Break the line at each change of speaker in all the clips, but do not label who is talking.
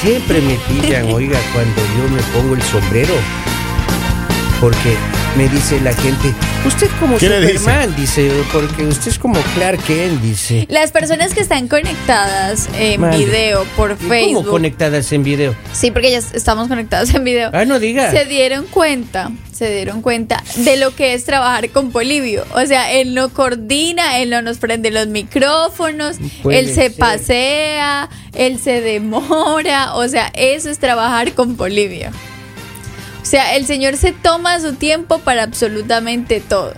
Siempre me pillan, oiga, cuando yo me pongo el sombrero. Porque me dice la gente, usted es como
¿Qué le
Superman, dice? porque usted es como Clark Kent, dice.
Las personas que están conectadas en
Madre.
video por
¿Y ¿Cómo
Facebook.
conectadas en video?
Sí, porque ya estamos conectados en video.
Ah, no diga.
se dieron cuenta, se dieron cuenta de lo que es trabajar con Polivio. O sea, él no coordina, él no nos prende los micrófonos,
Puede
él se
ser.
pasea, él se demora. O sea, eso es trabajar con Polivio. O sea, el señor se toma su tiempo para absolutamente todo.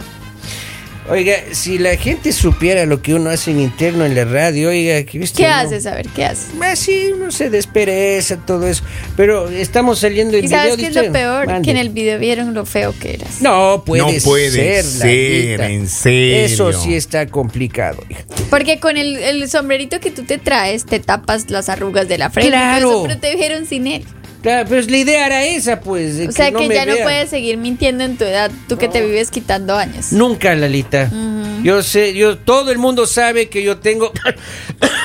Oiga, si la gente supiera lo que uno hace en interno en la radio, oiga, que viste,
¿Qué
no?
haces? A ver, ¿qué haces?
Ah, sí, uno se despereza, todo eso. Pero estamos saliendo en
¿Y
video.
sabes qué es lo
dice.
peor?
Mande.
Que en el video vieron lo feo que eras.
No puede
No puede
ser,
ser,
Lalita.
en serio.
Eso sí está complicado, hija.
Porque con el, el sombrerito que tú te traes, te tapas las arrugas de la frente.
Claro.
Por eso, pero te vieron sin él.
Claro, pues la idea era esa, pues. de
O sea que,
me
ya no
vean.
puedes seguir mintiendo en tu edad, tú que te vives quitando años.
Nunca, Lalita. Yo sé, yo todo el mundo sabe que yo tengo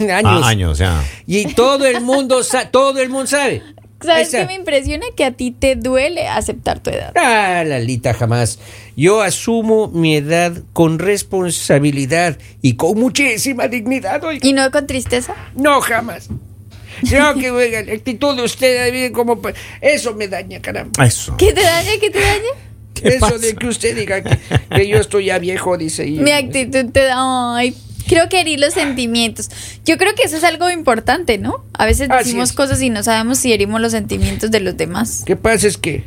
años.
Ah, años, ya.
Y todo el mundo sa- todo el mundo sabe.
¿Sabes
Esa-
qué me impresiona? Que a ti te duele aceptar tu edad.
Ah, Lalita, jamás. Yo asumo mi edad con responsabilidad y con muchísima dignidad. oiga.
Y no con tristeza.
No, jamás. Yo que oiga, la actitud de usted ahí como pa- eso me daña, caramba.
Eso.
¿Qué te daña? ¿Qué te daña?
¿Qué
eso
pasa?
de que usted diga que, que yo estoy ya viejo, dice. y-
Mi actitud te da. Ay, creo que herir los sentimientos. Yo creo que eso es algo importante, ¿no? A veces
Así
decimos
es.
cosas y no sabemos si herimos los sentimientos de los demás.
¿Qué pasa es que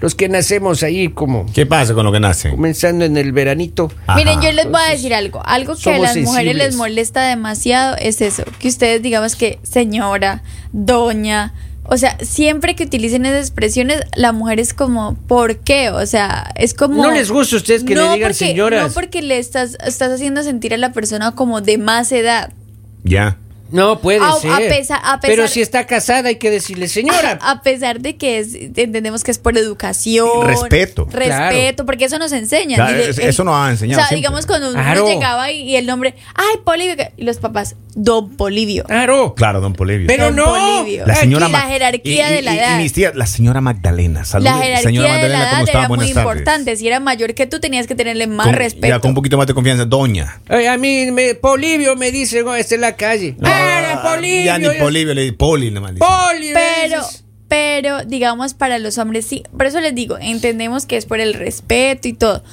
los que nacemos ahí como
¿Qué pasa con lo que nace?
comenzando en el veranito.
Ajá.
Miren, yo les voy a decir algo. Algo que a
somos
las mujeres
sensibles.
les molesta demasiado es eso. Que ustedes digamos que señora, doña. O sea, siempre que utilicen esas expresiones, la mujer es como, ¿por qué? O sea, es como...
No les gusta a ustedes que le digan
porque,
señoras.
No porque le estás, estás haciendo sentir a la persona como de más edad.
Ya.
No puede
A- a
ser.
pesar- a
Pero
pesar-
si está casada hay que decirle, señora.
A pesar de que es- entendemos que es por educación.
Respeto.
Respeto, porque eso nos enseña.
Claro, es- eso nos han enseñado
O sea,
siempre.
digamos, cuando uno
Claro.
llegaba y, y el nombre, ay, Polivio, que- y los papás, don Polivio.
Claro.
Claro, don Polivio.
Pero
Don
Ah, no.
Polibio.
la señora
Aquí la
Ma-
jerarquía
y- y-
de
y-
la
y
edad.
mis tías, la señora Magdalena. Saludos,
la jerarquía
señora
de la
Magdalena, ¿cómo
edad
está?
era muy
Buenas tardes.
importante. Si era mayor que tú, tenías que tenerle más
Con- Ya
respeto.
con un poquito más de confianza. Doña.
Ay, a mí, me, Polivio me dice, no, está en la calle. Ah,
Ah,
Polibio.
Ya ni
yo-
Polivio, le di Poli, le maldice.
Polibio.
pero,
dices.
pero, digamos, para los hombres sí. Por eso les digo, entendemos que es por el respeto y todo.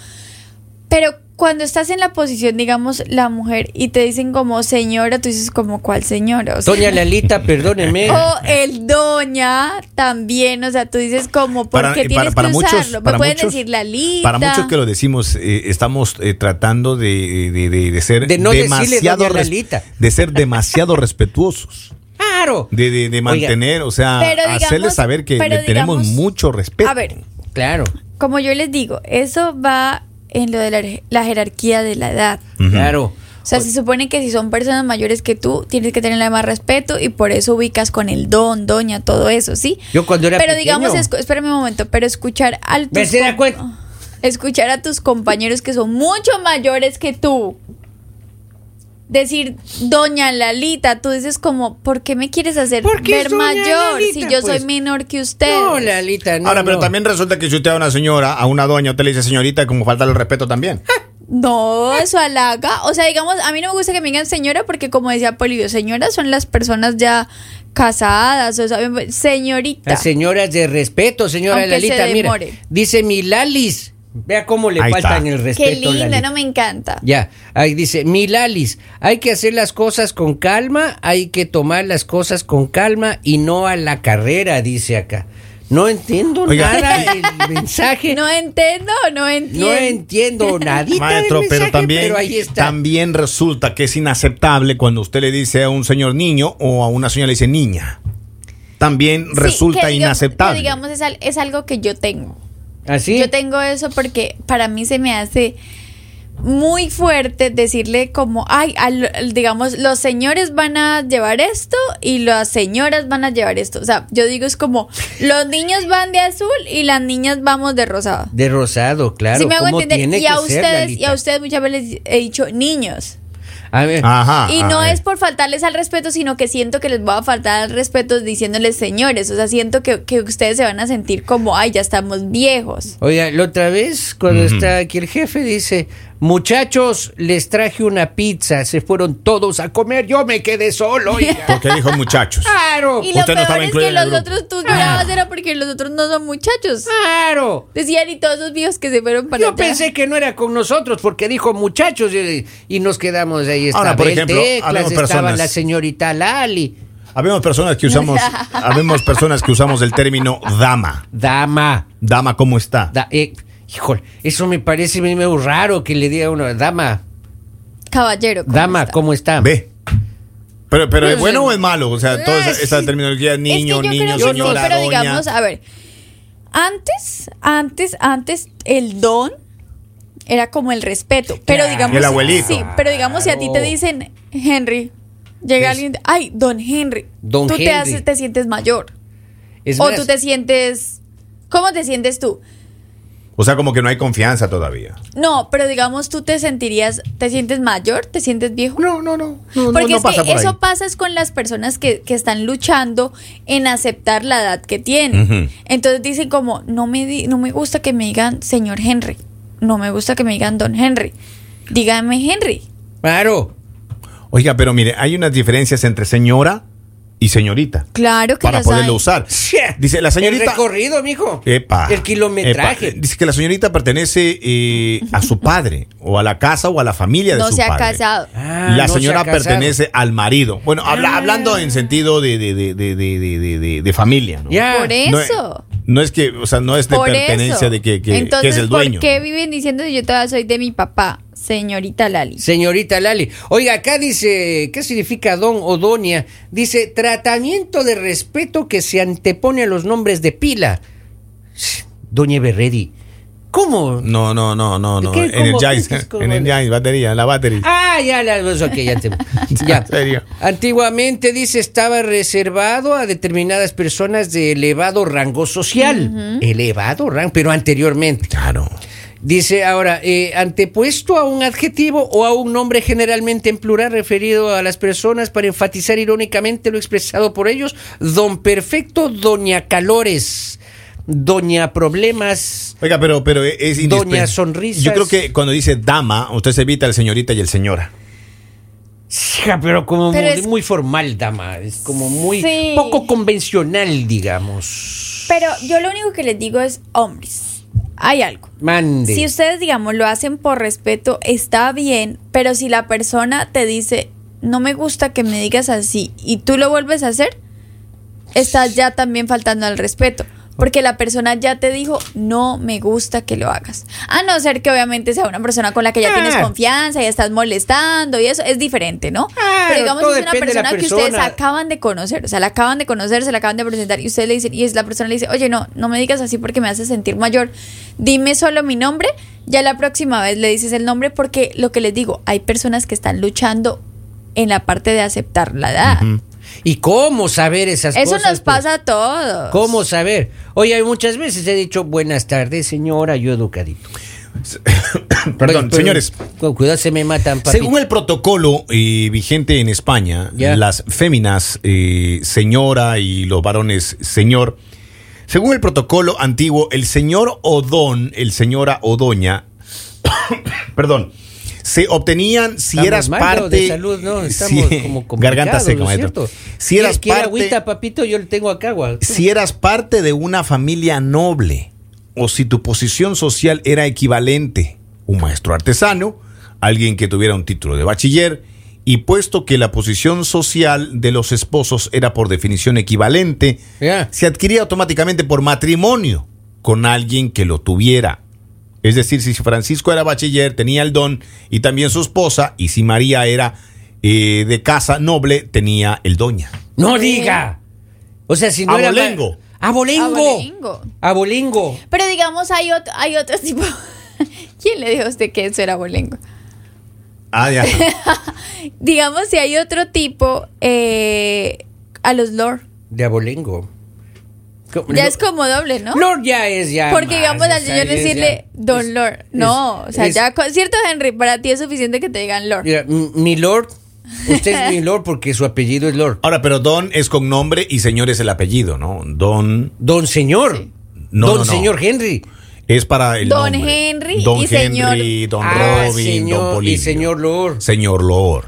Pero cuando estás en la posición, digamos, la mujer y te dicen como señora, tú dices como cuál señora. O sea, Oh.
Doña Lalita, perdóneme.
O el doña también, o sea, tú dices como porque tienes que usarlo. Me pueden decir la lista.
Para muchos que lo decimos, eh, estamos eh, tratando de, de- de- de ser
De no decirle
demasiado
doña
res-
Lalita.
de ser demasiado respetuosos,
Claro.
de, de- de mantener, o sea,
Pero digamos-
hacerle saber que
pero
le tenemos
digamos-
mucho respeto.
A ver,
Claro.
como yo les digo, eso va en lo de la, jer- la jerarquía de la edad.
Ujú.
Claro.
O sea, se supone que si son personas mayores que tú, tienes que tenerle más respeto y por eso ubicas con el don, doña, todo eso, ¿sí?
Yo cuando era
Pero
pequeño-
digamos, escu- espérame un momento, pero escuchar al
¿Me se da cuenta?
escuchar a tus compañeros que son mucho mayores que tú. Decir, doña Lalita, tú dices como, ¿por qué me quieres hacer
¿Por qué es
ver
doña
mayor si
Lalita,
yo
pues?
soy menor que usted?
No, Lalita, no.
Ahora, pero
no.
también resulta que si usted a una señora, a una doña, usted le dice señorita, como falta el respeto también.
No, eso halaga. O sea, digamos, a mí no me gusta que me digan señora porque como decía Polivio, señoras son las personas ya casadas, o sea, señorita.
Las señoras de respeto, señora
Aunque se
Lalita, mira.
demore.
Dice mi Lalis. Vea cómo le
Ahí
faltan
está.
el respeto.
Qué linda,
Lalita.
no me encanta.
Ya, ahí dice, mi Lalis, hay que hacer las cosas con calma, hay que tomar las cosas con calma y no a la carrera, dice acá. No entiendo
Oiga.
nada del mensaje. No,
No entiendo, no entiendo.
entiendo nadita
Maestro,
del mensaje,
pero también,
ahí está.
también resulta que es inaceptable cuando usted le dice a un señor niño o a una señora le dice niña. También
Sí,
resulta
que digamos-
inaceptable.
que digamos, es, al- es algo que yo tengo.
Así.
Yo tengo eso porque para mí se me hace muy fuerte decirle como, ay, al- al- digamos, los señores van a llevar esto y las señoras van a llevar esto. O sea, yo digo es como, los niños van de azul y las niñas vamos de rosado.
De rosado, claro.
Si me hago
¿cómo
entender,
tiene
y a
que ser,
ustedes, y a
Lalita?
ustedes muchas veces les he dicho niños.
A ver,
Ajá.
Y no
a ver.
es por faltarles al respeto, sino que siento que les voy a faltar al respeto diciéndoles señores. O sea, siento que, que ustedes se van a sentir como, ay, ya estamos viejos.
Oiga, la otra vez, cuando está aquí el jefe, dice: Muchachos, les traje una pizza. Se fueron todos a comer. Yo me quedé solo. oiga".
Porque dijo muchachos.
¡Claro!
Y lo
Usted no estaba
peor es
incluido en
que
el
los
grupo.
otros tú llorabas era porque los otros no son muchachos.
¡Claro!
Decían y todos esos viejos que se fueron para
Yo
allá.
pensé que no era con nosotros porque dijo muchachos y, y nos quedamos ahí. Estaba
Ahora, por
el
ejemplo,
Teclas,
habemos
estaba
personas.
la señorita Lali.
Habemos personas que usamos, habemos personas que usamos el término dama.
Dama.
Dama, ¿cómo está?
da- eh, híjole, eso me parece medio raro que le diga a uno, dama,
Caballero. ¿cómo
dama,
está?
¿cómo está?
Ve. Pero, pero ¿es
Pues,
bueno o es malo? O sea, toda esa,
es-
esa terminología
Eh, Es que
niño,
yo creo
niño,
que sí,
señora,
pero
doña.
digamos, a ver. Antes, antes, antes, el don era como el respeto. Pero
Claro.
digamos.
El abuelito.
Sí, pero digamos, si a ti te
Claro.
dicen, Henry, llega
Es-
alguien, ay, don Henry.
Don
tú
Henry.
Te, haces- te sientes mayor.
Es
o
más,
tú te sientes. ¿Cómo te sientes tú?
O sea, como que no hay confianza todavía.
No, pero digamos, tú te sentirías, ¿te sientes mayor? ¿Te sientes viejo?
No, no, no. no
Porque
no
es
pasa
que
por
eso
ahí.
pasa es con las personas que, que están luchando en aceptar la edad que tienen.
Ujú.
Entonces dicen como, no me, di- no me gusta que me digan señor Henry, no me gusta que me digan don Henry, dígame Henry.
Claro.
Oiga, pero mire, hay unas diferencias entre señora y señorita.
Claro que
para
las
poderlo
hay.
usar. Dice la
El
señorita.
recorrido, mijo.
Epa,
el kilometraje.
epa. Dice que la señorita pertenece eh, a su padre, o a la casa, o a la familia de
No
su
se ha
padre.
casado.
Ah,
la
no se
señora
ha casado.
pertenece al marido. Bueno, habla-
Ah.
hablando en sentido de, de, de, de, de, de- de- de- de familia, ¿no?
Ya.
Por
Ah, No es-
eso.
No, es que, o sea, no es de
Por
pertenencia
eso.
de que, que- que
Entonces,
es el dueño.
¿por qué viven diciendo que yo todavía soy de mi papá, señorita Lali?
Señorita Lali. Oiga, acá dice, ¿qué significa don o doña? Dice, tratamiento de respeto que se antepone a los nombres de pila. Doña Berredi. ¿Cómo?
No, no, no, no, no.
¿Qué? ¿Cómo? ¿Qué
Energize,
es? ¿Cómo?
energize, batería, la batería.
Ah, ya, la, pues, ok, ya te- ya.
En serio.
Antiguamente, dice, estaba reservado a determinadas personas de elevado rango social. Elevado rango, pero anteriormente.
Claro.
Dice ahora, eh, antepuesto a un adjetivo o a un nombre generalmente en plural referido a las personas para enfatizar irónicamente lo expresado por ellos, don perfecto, doña calores, doña problemas.
Oiga, pero, pero es indispens-
Doña Sonrisas.
Yo creo que cuando dice dama, usted se evita el señorita y el señora.
Hija, pero como
Pero
muy,
es-
muy formal, dama, es como muy
Sí.
poco convencional, digamos.
Pero yo lo único que les digo es, hombres, hay algo.
Mande.
Si ustedes, digamos, lo hacen por respeto, está bien, pero si la persona te dice, no me gusta que me digas así, y tú lo vuelves a hacer, estás ya también faltando al respeto. Porque la persona ya te dijo, no me gusta que lo hagas. A no ser que obviamente sea una persona con la que ya
Ah.
tienes confianza y estás molestando y eso es diferente, ¿no?
Claro,
Pero digamos,
todo
es una
depende de la
persona, que ustedes
persona.
acaban de conocer, o sea, la acaban de conocer, se la acaban de presentar y ustedes le dicen, y es la persona le dice, oye, no, no me digas así porque me hace sentir mayor, dime solo mi nombre, ya la próxima vez le dices el nombre porque lo que les digo, hay personas que están luchando en la parte de aceptar la edad.
¿Y cómo saber esas
Eso
cosas? pues?
nos pasa a todos.
¿Cómo saber? Oye, muchas veces he dicho buenas tardes, señora, yo educadito.
Perdón,
Oye, pero-
señores.
Con cuidado se me matan, papito.
Según el protocolo eh, vigente en España,
Ya.
las féminas eh, señora y los varones señor, según el protocolo antiguo, el señor o don, el señora o doña, perdón, se obtenían si
Estamos
eras
mal,
parte
¿no? de salud, no, estamos
si-
como
garganta
complicados,
seca,
¿no es
maestro.
cierto?
Si eras
¿Quiere
parte
agüita, papito, yo le tengo acá, agua.
si eras parte de una familia noble o si tu posición social era equivalente, un maestro artesano, alguien que tuviera un título de bachiller, y puesto que la posición social de los esposos era por definición equivalente,
Ya.
se adquiría automáticamente por matrimonio con alguien que lo tuviera. Es decir, si Francisco era bachiller, tenía el don y también su esposa, y si María era eh, de casa noble, tenía el doña.
No diga. O sea, si no era
Abolengo.
Abolengo.
Abolengo.
Abolengo.
Pero digamos, hay otro, hay otro tipo... ¿Quién le dijo a usted que eso era bolengo?
Ah, ya.
Digamos, si hay otro tipo, eh, a los lord.
De abolengo. Co-
Ya
lo-
es como doble, ¿no?
Lord ya es ya.
Porque
más,
digamos al
esa
señor
es
decirle
ya-
Don
es-
Lord.
es-
No, o sea,
es-
ya con- cierto Henry, para ti es suficiente que te digan Lord.
Mira, m- mi Lord, usted es mi Lord porque su apellido es Lord.
Ahora, pero Don es con nombre y señor es el apellido, ¿no? Don
Don señor.
No,
don
no, no.
señor Henry.
es para el
Don
nombre.
Henry
Don
y señor-
Henry, Don
Ah,
Robin,
señor
Don
y
Polibio.
señor Lord.
Señor Lord.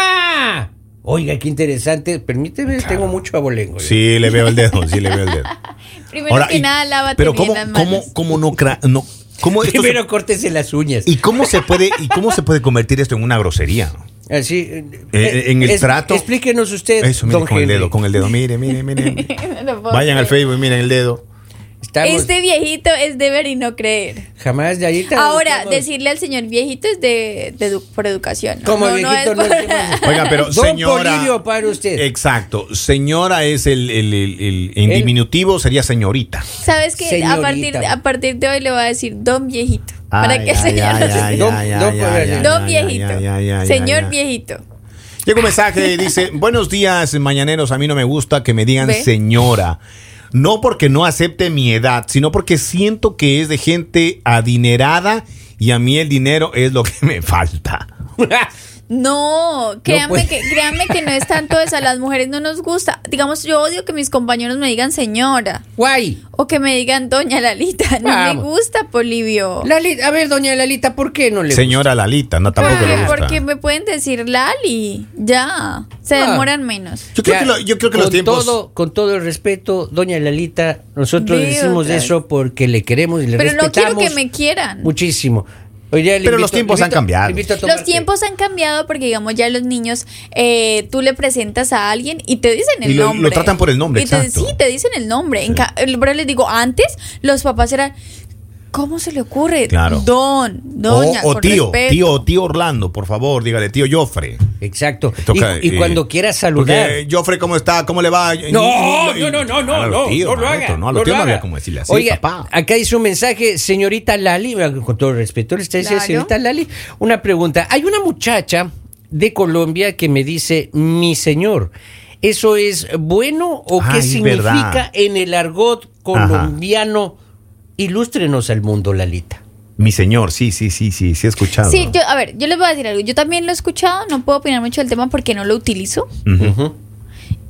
¡Ah! Oiga, qué interesante. Permíteme,
Claro.
tengo mucho abolengo. yo.
Sí, le veo el dedo, sí, le veo el dedo.
Primero que
y-
nada, lávate
pero
bien
¿cómo,
las manos.
cómo, cómo no, cra- no cómo esto se-
Primero córtese las uñas.
y cómo se puede y cómo se puede convertir esto en una grosería?
Así.
Eh, en el trato-
Explíquenos usted,
Eso,
Eh,
mire,
don
con el
Henry.
dedo, con el dedo, mire, mire, mire.
No puedo
Vayan al
creer.
Facebook y miren el dedo.
Estamos-
Este viejito es de ver y no creer.
Jamás de ahí estamos-
Ahora,
estamos-
decirle al señor viejito es de, de edu- por educación. ¿no?
Como
No, no
viejito
es
no
por-
es que-
Oiga, pero
Don
señora.
Polibio para usted.
Exacto. Señora es el, el, el- el- en
El-
diminutivo sería señorita.
¿Sabes qué? A
Señorita.
partir, a partir de hoy le voy a decir don viejito. para
Ay,
que
ay,
el señor
ay,
no se-
ay,
Don-
ay,
don-
ay, ay, ay,
Don
ay,
viejito.
ay, ay, ay,
señor
ay, ay.
viejito.
Llega un mensaje y dice, buenos días, mañaneros, a mí no me gusta que me digan
¿Ve?
señora. No porque no acepte mi edad, sino porque siento que es de gente adinerada y a mí el dinero es lo que me falta.
No, créanme,
puede.
que, créanme que no es tanto eso. A las mujeres no nos gusta. Digamos, yo odio que mis compañeros me digan señora
Guay.
o que me digan doña Lalita. No
Vamos.
me gusta, Polivio.
Lali- a ver, doña Lalita, ¿por qué no le gusta?
Señora Lalita, no tampoco le
Porque,
gusta.
porque me pueden decir Lali, ya, se
Ah.
demoran menos.
Yo creo
Ya,
que, lo- yo creo que los
con
tiempos...
Todo, con todo el respeto, doña Lalita, nosotros
Ve
decimos
otra vez.
eso porque le queremos y le
Pero no
respetamos
quiero que me quieran.
muchísimo. Hoy día le
Pero los tiempos
le
han cambiado.
le invito a
Los
tomarte-
tiempos han cambiado porque, digamos, ya los niños, eh, tú le presentas a alguien y te dicen el
Y lo-
nombre.
lo tratan por el nombre,
Y te-
exacto.
sí, te dicen el nombre. En ca- eh, pero les digo, antes los papás eran, ¿cómo se le ocurre?
Claro.
Don, doña,
o, o
con
tío,
respeto.
tío, tío Orlando, por favor, dígale, tío Joffre.
Exacto.
Toca,
y, y
eh,
cuando quiera saludar.
porque, eh, Joffre, ¿cómo está? ¿Cómo le va? Y-
No,
y-
no, no, no,
a
no,
los
no,
tíos,
no lo
maestro,
haga.
No, a los tíos no
lo
había
haga.
como decirle así,
Oiga,
papá.
acá dice un mensaje, señorita Lali, con todo respeto, le está diciendo
Claro.
señorita Lali, una pregunta. Hay una muchacha de Colombia que me dice, mi señor, ¿eso es bueno o
Ah,
qué
es
significa
verdad.
en el argot
Ajá.
colombiano? Ilústrenos al mundo, Lalita.
Mi señor, sí, sí, sí, sí, sí he escuchado.
Sí, yo, a ver, yo les voy a decir algo. Yo también lo he escuchado, no puedo opinar mucho del tema porque no lo utilizo.
Ujú.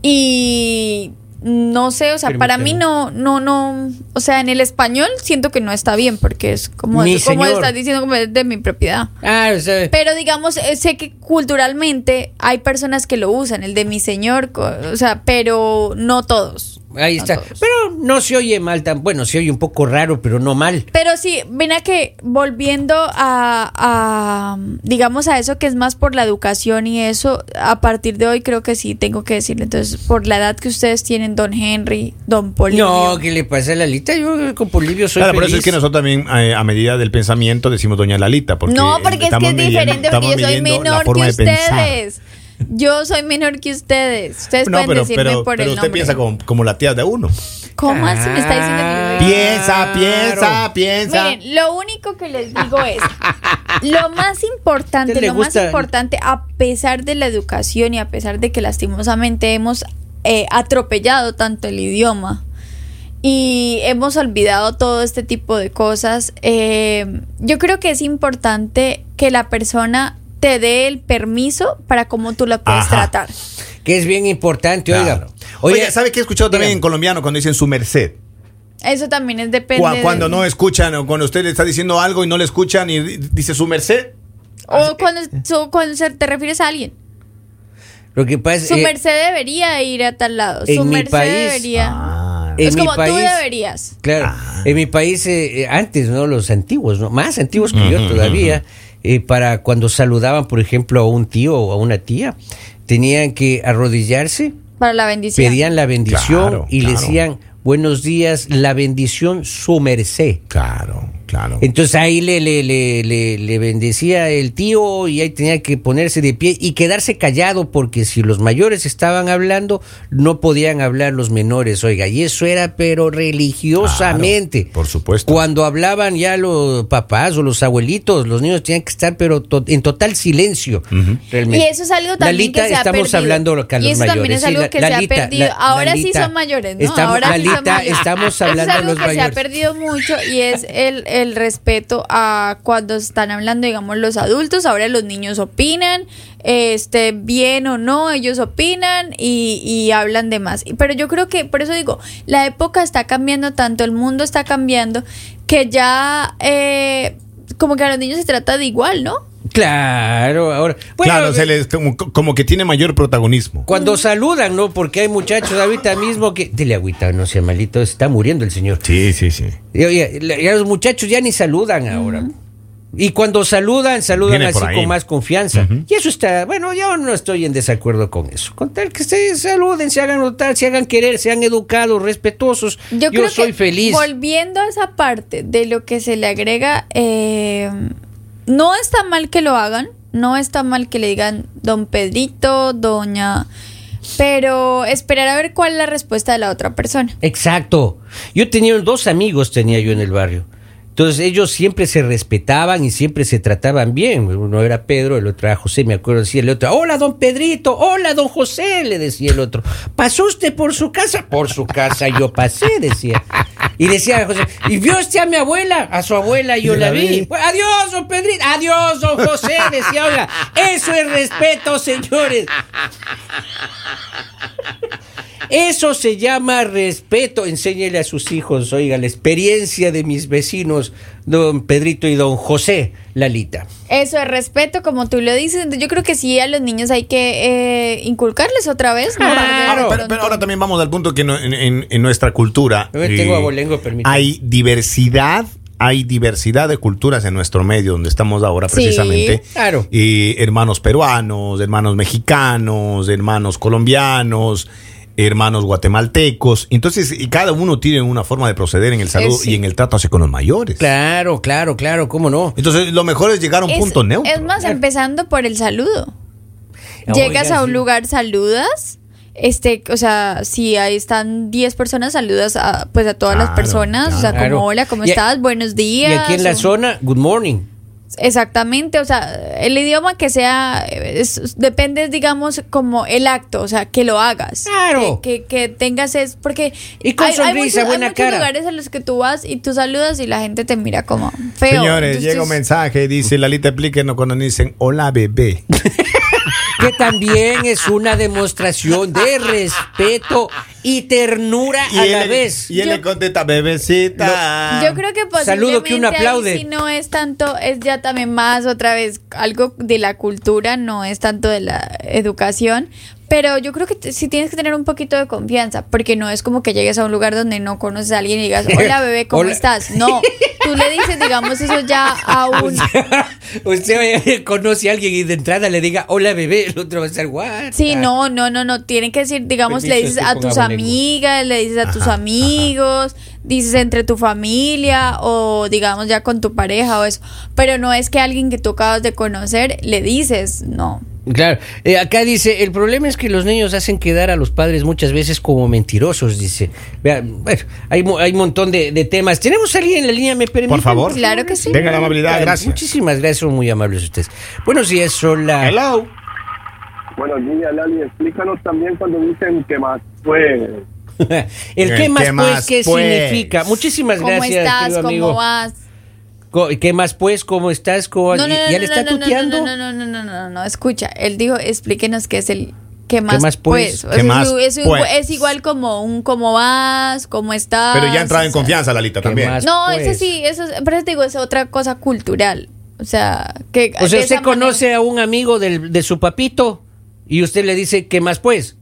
Y no sé, o sea, para mí no, no, no, o sea, en el español siento que no está bien porque es como,
Mi
como
señor.
estás diciendo, como es de mi propiedad.
Ah, o sea,
Pero digamos, eh, sé que culturalmente hay personas que lo usan, el de mi señor, co- o sea, pero no todos.
ahí
no
está.
todos.
Pero no se oye mal tan, bueno, se oye un poco raro, pero no mal.
Pero sí, ven a que volviendo a, a, digamos, a eso que es más por la educación y eso, a partir de hoy creo que sí tengo que decirle. Entonces, por la edad que ustedes tienen, don Henry, don Polivio.
No, ¿qué le pasa a Lalita? Yo con Polivio soy
Claro, por eso
feliz.
es que nosotros también, eh, a medida del pensamiento, decimos Doña Lalita. Porque
no, porque es que
estamos
es
midiendo-
diferente,
estamos
porque yo soy
midiendo la
menor
forma
que
de pensar.
ustedes. Yo soy menor que ustedes. Ustedes
No,
pueden
pero,
decirme
pero-
por
pero
el
usted
nombre.
piensa como, como la tía de uno.
¿Cómo así me está diciendo que yo-
Piensa, piensa, Ah, piensa.
Miren, lo único que les digo es, lo más importante,
¿Te le
lo más
gusta?
importante, a pesar de la educación y a pesar de que lastimosamente hemos eh, atropellado tanto el idioma y hemos olvidado todo este tipo de cosas, eh, yo creo que es importante que la persona te dé el permiso para cómo tú la puedes
Ajá.
tratar.
Que es bien importante, oiga.
Claro. Oye, ¿sabe qué he escuchado también
dígame.
en colombiano cuando dicen su merced?
Eso también es depende.
Cu- Cuando
de-
no escuchan o cuando usted le está diciendo algo y no le escuchan y di- dice su merced.
O cuando, o cuando se- te refieres a alguien.
Lo que pasa
Su
eh,
merced debería ir a tal lado.
en
Su
mi
merced
país-
debería.
Ah,
en
es
mi
como tú
país-
deberías.
Claro,
Ah.
en mi país eh, eh, antes, ¿no? Los antiguos, ¿no? Más antiguos que yo todavía, eh, para cuando saludaban, por ejemplo, a un tío o a una tía, tenían que arrodillarse,
Para la bendición.
pedían la bendición
Claro,
y le
claro.
decían, buenos días, la bendición, su merced.
claro, Claro.
Entonces ahí le, le, le, le, le bendecía el tío y ahí tenía que ponerse de pie y quedarse callado porque si los mayores estaban hablando, no podían hablar los menores, oiga, y eso era pero religiosamente.
Claro, por supuesto.
Cuando hablaban ya los papás o los abuelitos, los niños tenían que estar pero to- en total silencio. Realmente.
Y eso es algo también
Lalita,
que se ha
estamos
perdido.
hablando acá
Y
los
eso también
mayores.
es algo
la-
que se ha
Lalita,
perdido. Ahora sí
Lalita,
son mayores, ¿no?
estamos-
Ahora sí son
Lalita,
mayores.
estamos hablando
es
a
algo
los
que se ha
mayores.
perdido mucho y es el, el respeto a cuando están hablando, digamos, los adultos. Ahora los niños opinan, este, bien o no, ellos opinan y, y hablan de más. Pero yo creo que, por eso digo, la época está cambiando tanto, el mundo está cambiando, que ya eh, como que a los niños se trata de igual, ¿no?
Claro, ahora. Bueno,
claro, se les- como, como que tiene mayor protagonismo.
Cuando saludan, ¿no? Porque hay muchachos ahorita mismo que. Dile agüita, no sea malito, está muriendo el señor.
Sí, sí, sí.
Y oye, la- ya los muchachos ya ni saludan ahora. Y cuando saludan, saludan
Viene
así
por ahí.
con más confianza.
Ujú.
Y eso está, bueno, yo no estoy en desacuerdo con eso. Con tal que se saluden, se hagan notar, se hagan querer, sean educados, respetuosos. Yo,
creo
soy
que
feliz.
Volviendo a esa parte de lo que se le agrega, eh, no está mal que lo hagan, no está mal que le digan don Pedrito, doña, pero esperar a ver cuál es la respuesta de la otra persona.
Exacto. Yo tenía dos amigos, tenía yo en el barrio. Entonces ellos siempre se respetaban y siempre se trataban bien. Uno era Pedro, el otro era José, me acuerdo, decía el otro, hola don Pedrito, hola don José, le decía el otro. ¿Pasó usted por su casa? Por su casa yo pasé, decía. Y decía José, ¿y vio usted a mi abuela? A su abuela yo la, vi. Pues, adiós don Pedrito, adiós don José, decía, oiga, eso es respeto, señores. Eso se llama respeto. Enséñele a sus hijos, oiga, la experiencia de mis vecinos, don Pedrito y don José Lalita.
Eso es respeto, como tú lo dices. Yo creo que sí a los niños hay que eh, inculcarles otra vez. ¿no?
Claro.
De
Ah, Pero, pero
pronto.
ahora también vamos al punto que no- en, en- en nuestra cultura eh,
Yo tengo abolengo, permíteme.
hay diversidad, hay diversidad de culturas en nuestro medio donde estamos ahora
Sí,
precisamente.
claro.
Y hermanos peruanos, hermanos mexicanos, hermanos colombianos, hermanos guatemaltecos. Entonces, y cada uno tiene una forma de proceder en el saludo
sí.
y en el trato hacia con los mayores.
Claro, claro, claro, cómo no.
Entonces, lo mejor es llegar a un
Es-
punto neutro.
Es más, empezando por el saludo.
Oiga,
Llegas a un
sí.
lugar, saludas. Este, o sea, si ahí están 10 personas, saludas a, pues a todas las
Claro,
personas, o sea,
claro.
como hola, ¿cómo
Y-
estás? Buenos
Y
días.
aquí en la
o-
zona, good morning.
Exactamente, o sea, el idioma que sea, es- depende, digamos, como el acto, o sea, que lo hagas.
Claro.
Que, que- que tengas es, porque
Y con sonrisa,
muchos,
buena
muchos
cara.
lugares a los que tú vas y tú saludas y la gente te mira como feo.
Señores,
Entonces,
llega un mensaje, dice Lalita, explíquenos cuando dicen hola bebé.
Que también es una demostración de respeto y ternura a la vez.
Y él
Yo-
le contesta, bebecita.
Yo creo que
Saludo que uno
posiblemente ahí
aplaude.
sí no es tanto, es ya también más otra vez algo de la cultura, no es tanto de la educación, pero yo creo que t- sí tienes que tener un poquito de confianza, porque no es como que llegues a un lugar donde no conoces a alguien y digas, hola bebé, ¿cómo
Hola.
estás? No, tú le dices, digamos, eso ya a un...
Usted eh, conoce a alguien y de entrada le diga, hola bebé, el otro va a estar guay.
Sí, no, no, no, no, tienen que decir, digamos,
Permiso,
le dices
estoy
a
con
tus
abolengo.
amigas, le dices a tus amigos, dices entre tu familia o digamos ya con tu pareja o eso, pero no es que a alguien que tú acabas de conocer le dices, no.
Claro, Eh, acá dice, el problema es que los niños hacen quedar a los padres muchas veces como mentirosos, dice. Vea, bueno, hay un hay montón de, de temas. Tenemos a alguien en la línea, ¿me permiten?
Por favor.
Claro que sí.
Tenga la amabilidad,
Claro,
gracias.
Muchísimas gracias, son muy amables ustedes. Buenos días, sola.
Hello.
Buenos días, Lali. Explícanos también cuando dicen que más fue.
el,
El
qué más, pues,
qué más,
qué
pues.
significa. Muchísimas
¿Cómo
gracias,
estás?
querido
¿Cómo
amigo.
vas?
Co- ¿Qué más, pues? ¿Cómo estás? ¿Cómo-
No, no,
y-
no,
¿Ya
no,
le está
no, no, no,
tuteando?
No, no, no, no, no, no, no, escucha, él dijo, explíquenos qué es el qué más,
más, pues?
pues,
¿Qué
es-
más,
es, un-
pues?
es igual como un cómo vas, cómo estás.
Pero
Ah,
ya entraba en
o sea,
confianza Lalita
¿Qué
también.
más?
No,
pues.
eso sí, eso es, pero te digo, es otra cosa cultural. O sea, que.
O sea,
de
usted
esa manera-
conoce a un amigo del- de su papito y usted le dice, ¿qué más, pues?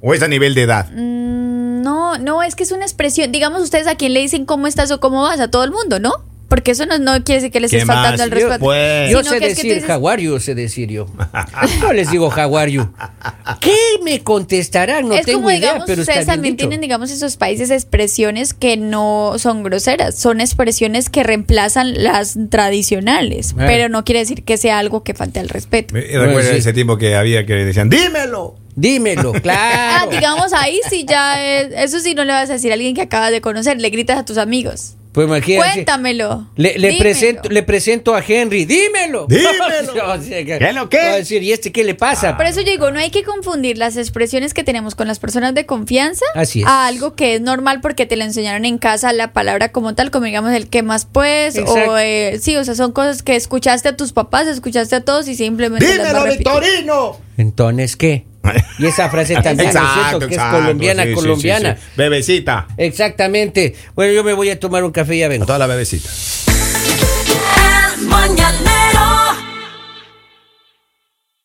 O es a nivel de edad.
Mm.
No, no, es que es una expresión. Digamos, ustedes a quién le dicen cómo estás o cómo vas, a todo el mundo, ¿no? Porque eso no, no quiere decir que les
¿Qué
estés faltando
más?
al respeto.
Pues.
Yo
sino
sé
que es que tú
decir
dices,
jaguario, sé decir yo. No les digo jaguario. ¿Qué me contestarán? No
es
tengo
como,
idea,
digamos,
pero está
ustedes
bien
también
dicho.
tienen, digamos, en sus países expresiones que no son groseras, son expresiones que reemplazan las tradicionales,
Ah.
pero no quiere decir que sea algo que falte al respeto.
Me- Recuerdo
sí.
ese tiempo que había que decían, dímelo.
Dímelo,
Ah,
claro.
digamos ahí sí ya es, eso sí no le vas a decir a alguien que acabas de conocer, le gritas a tus amigos.
Pues imagínate.
Cuéntamelo.
Le, le
dímelo.
presento, le presento a Henry, dímelo.
Dímelo.
O sea, que-
¿Qué es lo que?
Va a decir, ¿y este qué le pasa?
Por eso yo digo, no hay que confundir las expresiones que tenemos con las personas de confianza
Así es.
a algo que es normal porque te lo enseñaron en casa la palabra como tal, como digamos el que más pues,
Exacto.
o eh, sí, o sea, son cosas que escuchaste a tus papás, escuchaste a todos y simplemente las
Dímelo,
vas repitiendo.
Victorino.
Entonces, ¿qué? Y esa frase también, por cierto, que
exacto,
es colombiana,
sí, sí, sí,
colombiana.
sí. Bebecita.
Exactamente. Bueno, yo me voy a tomar un café y ya vengo.
A toda la bebecita.
El mañanero